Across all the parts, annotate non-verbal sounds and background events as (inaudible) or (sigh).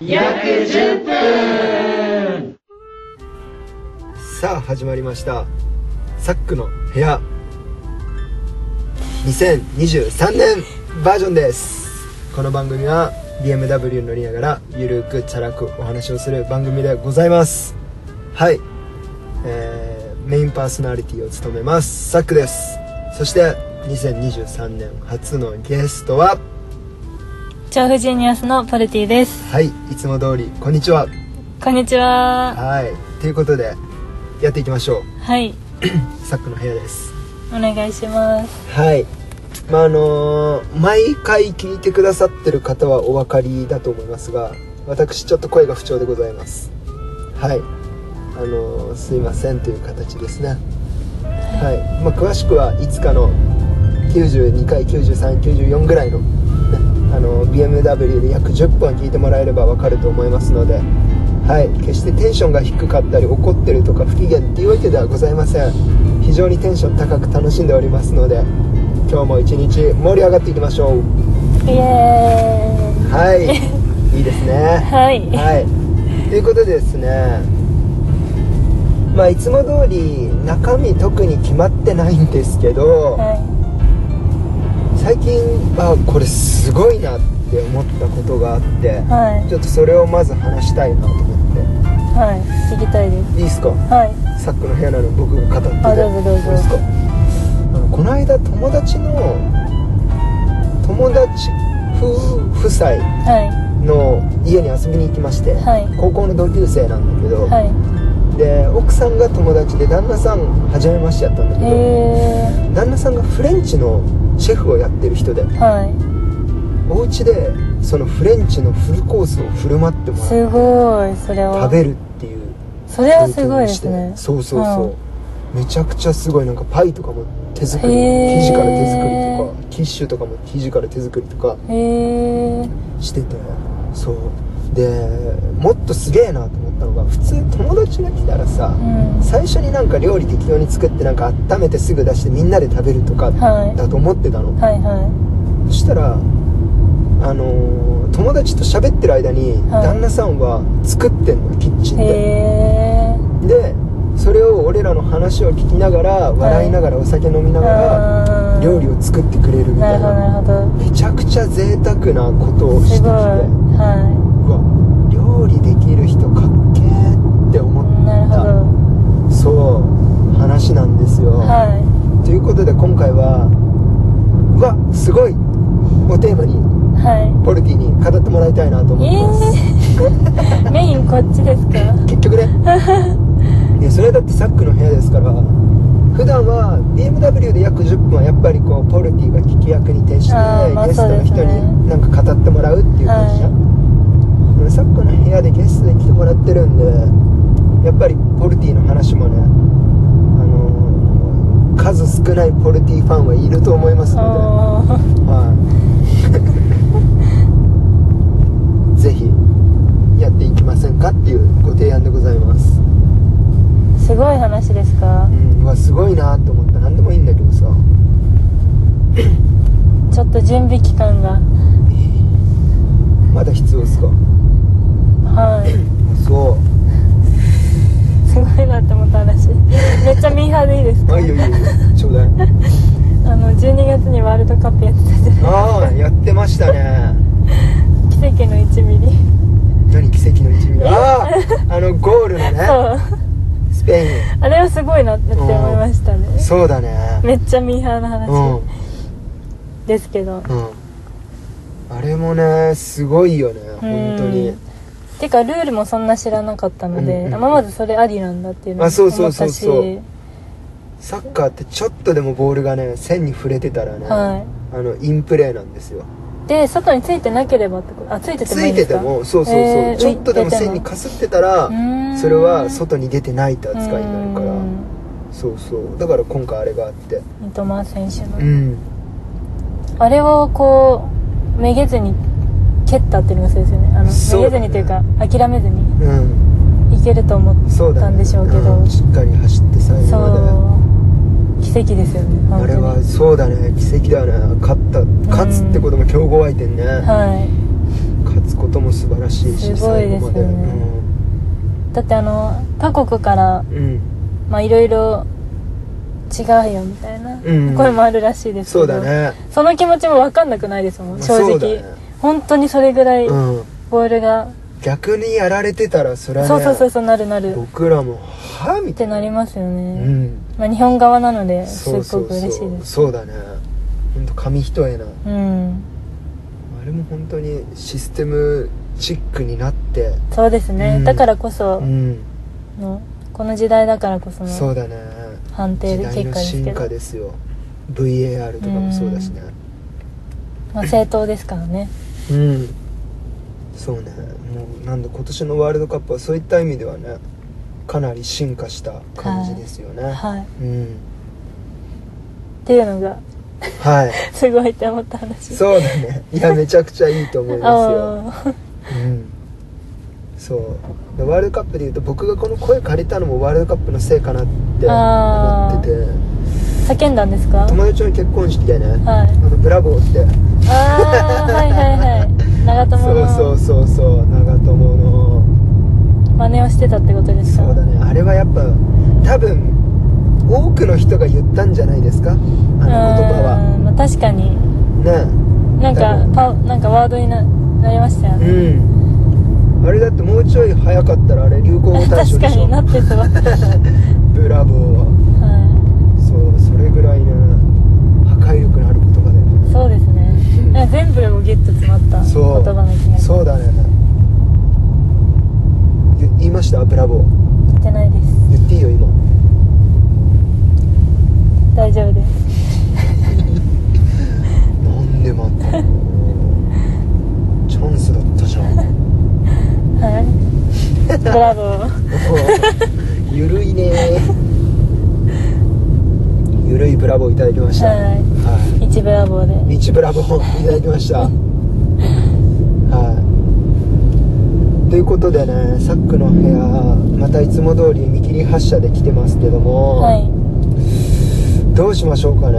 約10分さあ始まりましたサックの部屋2023年バージョンですこの番組は BMW 乗りながらゆるくチャラくお話をする番組でございますはい、えーメインパーソナリティを務めますサックですそして2023年初のゲストは調布ジュニアスのポルティですはいいつも通りこんにちはこんにちははいということでやっていきましょはい、うサックの部屋ですお願いしますはいまああのー毎回聞いてくださってる方はお分かりだと思いますが私ちょっと声が不調でございますはいあのーすいませんという形ですねはい、まあ、詳しくはいつかの92回9394ぐらいの,、ね、あのー BMW で約10本聞いてもらえれば分かると思いますのではい、決してテンションが低かったり怒ってるとか不機嫌っていうわけではございません非常にテンション高く楽しんでおりますので今日も一日盛り上がっていきましょイエうーイはい (laughs) いいですねはいはいということでですねまあいつも通り中身特に決まってないんですけど、は最近あこれすごいなって思ったことがあっていはいちょっとそれをまず話したいなと思っはい聞きたいですていいですかはいサックの部屋なのに僕が語っててあどうぞどうぞいいですかあのこの間友達の友達夫夫妻はの家に遊びに行きまして、はい高校の同級生なんだけど、いはいで奥さんが友達で旦那さん初めましてやったんだけど、え旦那さんがフレンチのシェフをやってる人でー、はお家でそのフレンチのフルコースを振る舞っていもらすごいそれうは食べるっていうそれはすごいですねそうそうそう、めちゃくちゃすごいなんかパイとかも手作りへー生地から手作りとかキッシュとかも生地から手作りとかうんへえしててそうでもっとすげえなと思ったのが普通友達が来たらさ、うん最初になんか料理適当に作ってなんか温めてすぐ出してみんなで食べるとかはいだと思ってたの、はいはそしたらあのー友達と喋ってる間にはい旦那さんは作ってんのキッチンいで、へえでそれを俺らの話を聞きながら笑いながらお酒飲みながらあー料理を作ってくれるみなたるいほどななるほめちゃくちゃ贅沢なことをどしてすきてごいうはわ料理できる人かっけーってい思っなるほどたそう話なんですよ、はということで今回は「うわすごい!」をテーマにいはいポルティに語ってもらいたいなとえ思ってます、ー、メインこっちですか結局 (laughs) ねいやそれはだってサックの部屋ですから普段は BMW で約10分はやっぱりこうポルティが聞き役に徹して、あーまあゲストのそ人うですねになんか語ってもらうっていう感じじゃん、でもサックの部屋でゲストで来てもらってるんでやっぱりポルティの話もねあのー数少ないポルティファンはいると思いますのでおーはい、 (laughs) ぜひやっていきませんかっていうご提案でございますすごい話ですかうんうわすごいなと思った何でもいいんだけどさちょっと準備期間がまだ必要ですかはいそすごいなって思った話めっちゃミーハーでいいですうかあいいよいいよちょうだいあの12月にワールドカップやってたじゃないああやってましたね奇跡の1ミリ何奇跡の一味あああのゴールのねそうスペあれはすごいなって思いましたねインそうだねめっちゃミーハーなうん話ですけどうんあれもねすごいよね本当にうんてかルールもそんな知らなかったのうんでうんまあまずそれありなんだっていうのもあそうそ思うっそうたしそうサッカーってちょっとでもボールがね線に触れてたらね、はいあのインプレーなんですよで外についてなければってことあついててつもいいいんでてすてかもそうそうそう、えーちょっとでも浮いてて線にかすってたらうーんそれは外に出てないって扱いになるからうんそうそうだから今回あれがあって三笘選手の、うんあれをこうめげずに蹴ったっていうのがそうですよねあのそうめげずにというか諦めずにうんいけると思っそうだ、たね、んでしょうけどんしっかり走って最後まそう奇跡ですよねであ本当にれはそうだね奇跡だね勝った勝つってことも強豪相手にね、は勝つことも素晴らしいすしごいですよね最後までうんだってあの他国からうんまあいろいろ違うよみたいなうん声もあるらしいですけそどうだねその気持ちも分かんなくないですもんまあ正そ直、うだね本当にそれぐらいうんボールが、逆にやられてたらそれはそうそうそうねそうなるなるっ僕らもはみたていななりますよね、うんまあ、日本側なのですっそうそごうく嬉しいですそうそうだね本当紙一重なうんあれも本当にシステムチックになってそうですね、うんだからこそうんのこの時代だからこそそのうだね判定時結果代のですけ進ど化ですよ VAR とかもそうだしねまあ、正当ですからねうんそうねもうなんだ今年のワールドカップはそういった意味ではねかなり進化した感じですよね、はいっうんていうのが (laughs) はいすごいって思った話うそうだねいやめちゃくちゃいいと思いますようんそうでワールドカップでいうと僕がこの声借りたのもワールドカップのせいかなってあー思って叫んだんですかて友達の結婚式でね、はいあのブラボーってああはいはいはい長友そうそのうそうそう長友の真似をしてたってことですかそうだねあれはやっぱ多分多くの人が言ったんじゃないですかあの言葉うーんまあ、確かにはなんだかねパなんかワードにななりましたよねね、うんあれだってもうちょい早かったらあれ流行語大賞確でかしにょなって (laughs) そう、ブラボーははそうそれぐらいね破壊力のある言葉でい、そうですうんねなんか全部をギュッと詰まった言そう葉の気がそうだねゆ言いましたブラボー言ってないです言っていいよ今大丈夫ですなんで待 (laughs) ったのチャンスだったじゃん (laughs) はいブラボーゆるいねゆるいブラボーいただきましたはいは一ブラボーでい一ブラボーいただきましたはいということでねサックの部屋またいつも通り見切り発車で来てますけども、はいどうしましょうかね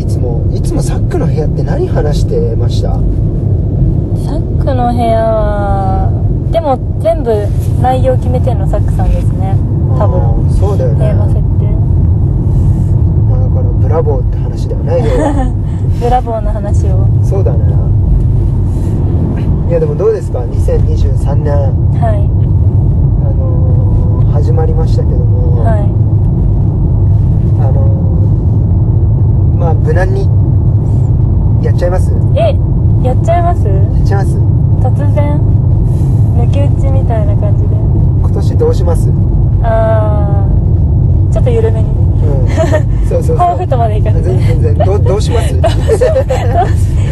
いつもいつもサックの部屋って何話してましたサックの部屋はでも全部内容決めてるのサックさんですね多分あーそうだよテねーマ設定まあ、だからブラボーって話だよね (laughs) ブ要はラボーの話をそうだねいやでもどうですか2023年、はあのー始まりましたけどいも、はあのーまあ無難にやっちゃいますやいえやっちゃいますっちゃいます突然抜き打ちみたいな感じで今年どうしますうんああちょっと緩めにねそうそうそう抱負とまでいかな全い然 (laughs) 全然どうどうします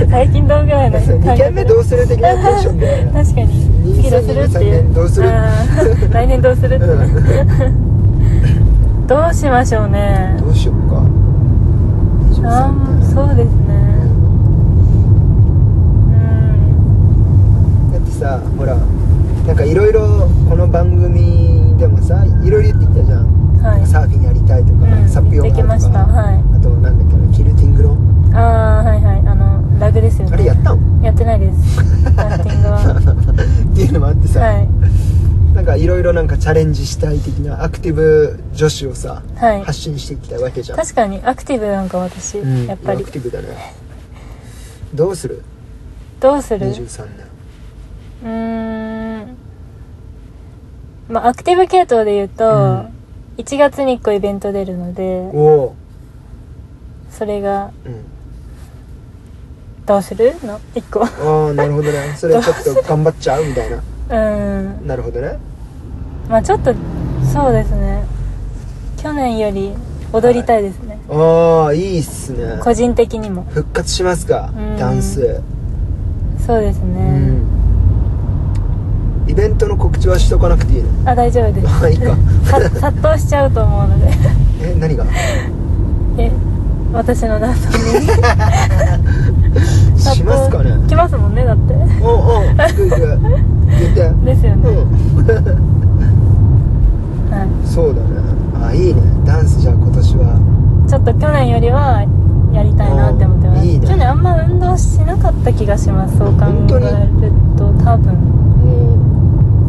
(laughs) 最近どうぐらいのそう2軒目どうする的なテンションで確かに次どうするっていう2023どうするあー来年どうするって、 (laughs) どうしましょうねどうしようかあん23そうですね年うんだってさほらなんかいろいろこの番組でもさいろいろ言ってきたじゃん、はいサーフィンやりたいとか、うんサップヨガと言かってきましたはいあとなんだっけなキルティングロンああはいはいあのラグですよあねれやったのやってないですランティングは (laughs) っていうのもあってさ、はなんかいろいろなんかチャレンジしたい的なアクティブ女子をさ、いはい発信していきたいわけじゃん確かにアクティブなんか私、うんやっぱりアクティブだねどうするどうするう23年ーんまあアクティブ系統で言うと、うん1月に1個イベント出るのでおおそれがうんどうするの1個 (laughs) ああなるほどねそれちょっと頑張っちゃうみたいなうんなるほどねまあちょっとそうですね去年より踊りたいですね、ああいいっすね個人的にも復活しますかうんダンスそうですねう、んイベントの告知はしとかなくていいの (laughs) あ大丈夫ですまあいいかさ殺到しちゃうと思うので (laughs) え (laughs) 何がえ私のダンスに (laughs) しますかね来ますもんねだっておうおう行く行く言ってですよね、うんは、そうだねあいいねダンスじゃあ今年はいちょっと去年よりはやりたいなって思ってまおすーいいね去年あんま運動しなかった気がしますそう考える本当にと多分も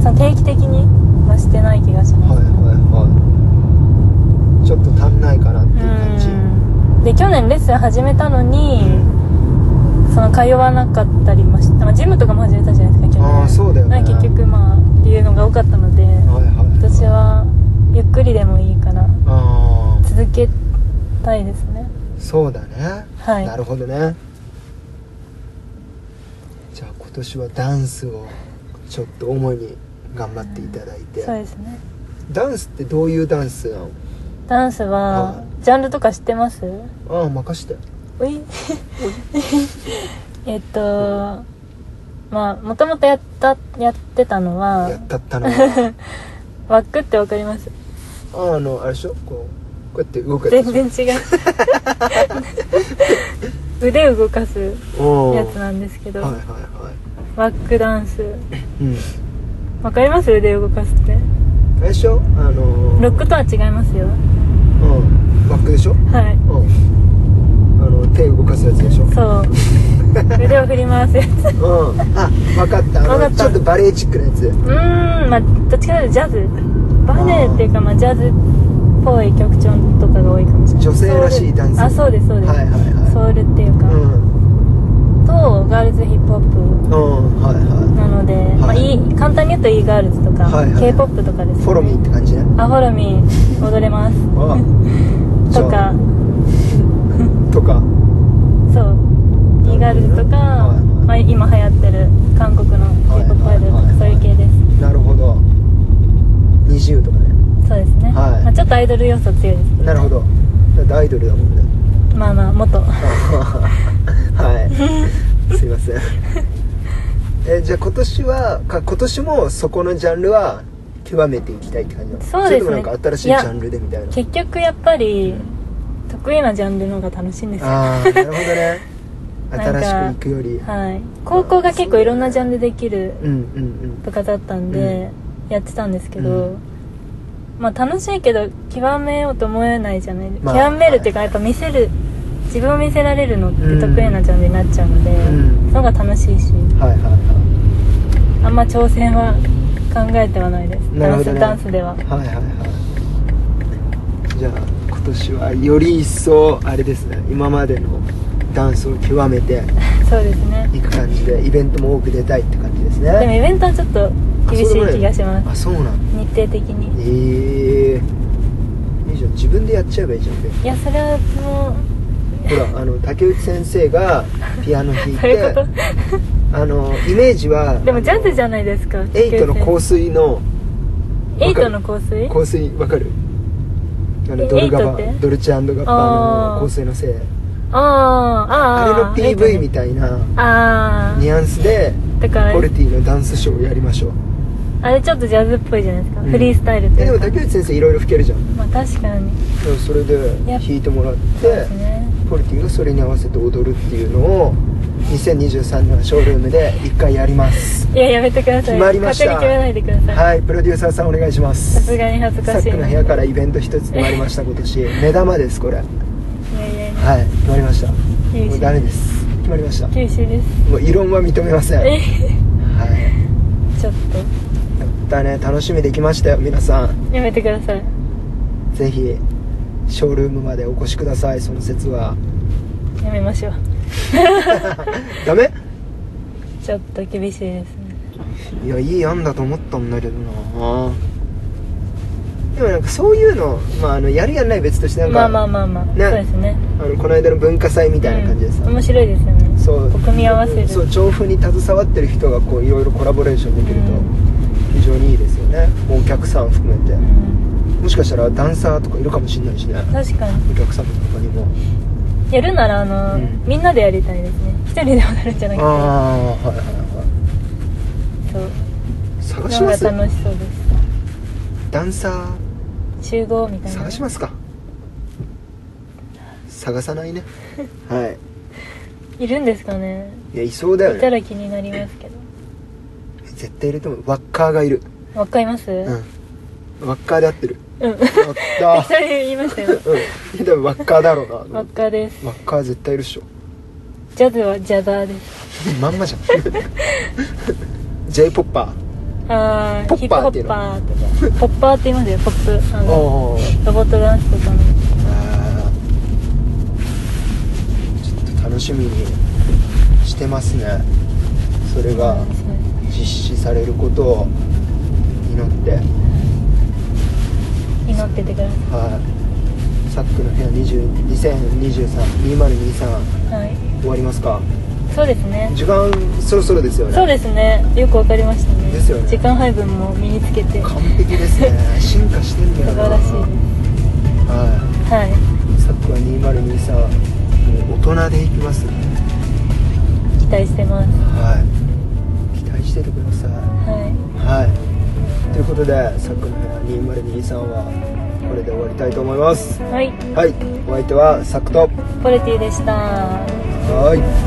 その定期的にはしてない気がしうます、はいはいはいちょっと足んないかなっていう感じうんで去年レッスン始めたのに、うその通わなかったりもしまあ、ジムとかも始めたじゃないですか去ん年ああそうだよねなんか結局まあっていうのが多かったのではいはい私はゆっくりでもいいからああ続けたいですねそうだねはいなるほどねじゃあ今年はダンスをちょっと主に頑張っていただいてそうですねダンスってどういうダンスなのダンスははジャンルとか知ってますうああ任してい (laughs) えっとまあもともとやったやってたのはやったったなあワックってわかりますあのあれでしょこうこうやって動くや全つでし然 (laughs) 違う腕動かすょやつうんなんですけど、はいはいはいワックダンスうんわかります腕動かすってあれでしょあのーロックとは違いますようんバックでしょはいうんあの手動かすやつでしょそう (laughs) 腕を振り回すやつううんあ分かったわかあっのたちょっとバレエチックなやつーんまあどっちかというとジャズバレエっていうかまあジャズっぽい曲調とかが多いかもしれない女性らしいソウルダンスあそうですそうです、はいはいはいソウルっていうか、うんとガールズヒップホッうんはいはいプなので、まあ、いい簡単に言うと e ガールズとか、はいはい k p o p とかです、ね、フォロミーって感じねあフォロミー踊れますああとかとかそうなるほどね e ガールズとか、はいはいまあ、今流行ってる韓国の k は p い o p アイドルとはいかはいそういう系ですなるほど20とかねそうですね、はいまあ、ちょっとアイドル要素強いですけどなるほどだってアイドルだもんねまあまあ (laughs) 元はいすいませんえじゃあ今年はか今年もそこのジャンルは極めていきたいって感じなのそうですねれともなんか新しいジャンルでみたいな結局やっぱり得意なジャンルの方が楽しいんですよああなるほど (laughs) ねなんか新しく行くよりはい高校が結構いろんなジャンルできるうんうん部活だったんでやってたんですけど、まあ楽しいけど極めようと思えないじゃない、まあ極めるっていうかやっぱ見せる自分を見せられるのって得意なジャンルになっちゃうので、うんその方が楽しいしうんはいはいはあんま挑戦は考えてはないですいなダンるほス、ど、ね、ダンスでははいはいはいじゃあ今年はより一層あれですね今までのダンスを極めてそうですねいく感じでイベントも多く出たいって感じですねでもイベントはちょっと厳しい気がしますあそうなん日程的にええいいじゃん自分でやっちゃえばいいじゃんでいやそれはもほらあの竹内先生がピア (laughs) ノ弾いうそういてうことあのイメージはでもジャズじゃんないですかエイトの香水のエイトの香水香水わかるあえのドルガバエイトってドルチアンドガッパーあのー香水のせいあああれああの PV みたたいないあニュアンスであだからポルティのダンスショーをやりましょうあれちょっとジャズっぽいじゃないですか、うんフリースタイルってえでいもうか竹内先生いろいろ吹けるじゃんまあ確かにでもそれでやっ弾いてもらっそうでてすねポルティがそれに合わせて踊るっていうのを2023年のショールームで一回やりますいややめてください決まりました勝手に決めないでくださいはいプロデューサーさんお願いしまさすすがに恥ずサかしッいクの部屋からイベント一つ決まりました今年目玉ですこれはいいやいやいや決まりましたいいもうダメです決まりました九州です (laughs) もう異論は認めませんはいえちょっやったね楽しみできましたよ皆さんとやめてくださいぜひショールームまでお越しくださいその説はやめましょうダメちょっと厳しいですねいやいい案だと思ったんだけどなでもなんかそういうの,、まあ、あのやるやんない別としてなんか、まあまあまあまあ、ねそうですねあのこの間の文化祭みたいな感じでさ、うん面白いですよねそうこう組み合わせるそう調布に携わってる人がこういろいろコラボレーションできるとうん非常にいいですよね、お客さん含めて、うんもしかしたらダンサーとかいるかもしれないしね確かにお客さんの中にもやるならあの、うんみんなでやりたいですね一人で踊るんじゃあなあくてはいはいはそうい探しのまがす楽しそうでダンサす集合みーたいな探 (laughs) しますか探さないねはいいるんですかねいやいそうだよいたねら気になりますけど絶対いると思うワッカーがいるわかりますう (laughs) うんワッカーで合ってるうんやったそれ言いましたようんいやでもワッカーだろうな輪っかですワッカー絶対いるっしょジャズはジャザーですまんま (laughs) じゃん J ポッパーはポーいッヒップパーホっていうッのパーとかポッパーって言いますよポップあのおーロボットダンスとかのあーちょっと楽しみにしてますねそれが実施されることを祈って祈っててくださはいサックの部屋20 20232023いはい終わりますかそうですね時間そろそろですよねそうですねよくわかりましたねですよね時間配分も身につけて素完璧ですね進化してんだよ晴ならしいはですはいいサックは2023もう大人でいきますね期待してますはい期待しててくださいははいということでサックの部屋2023はこれで終わりたいと思いますいはいはいお相手はサックとポルティでしたはい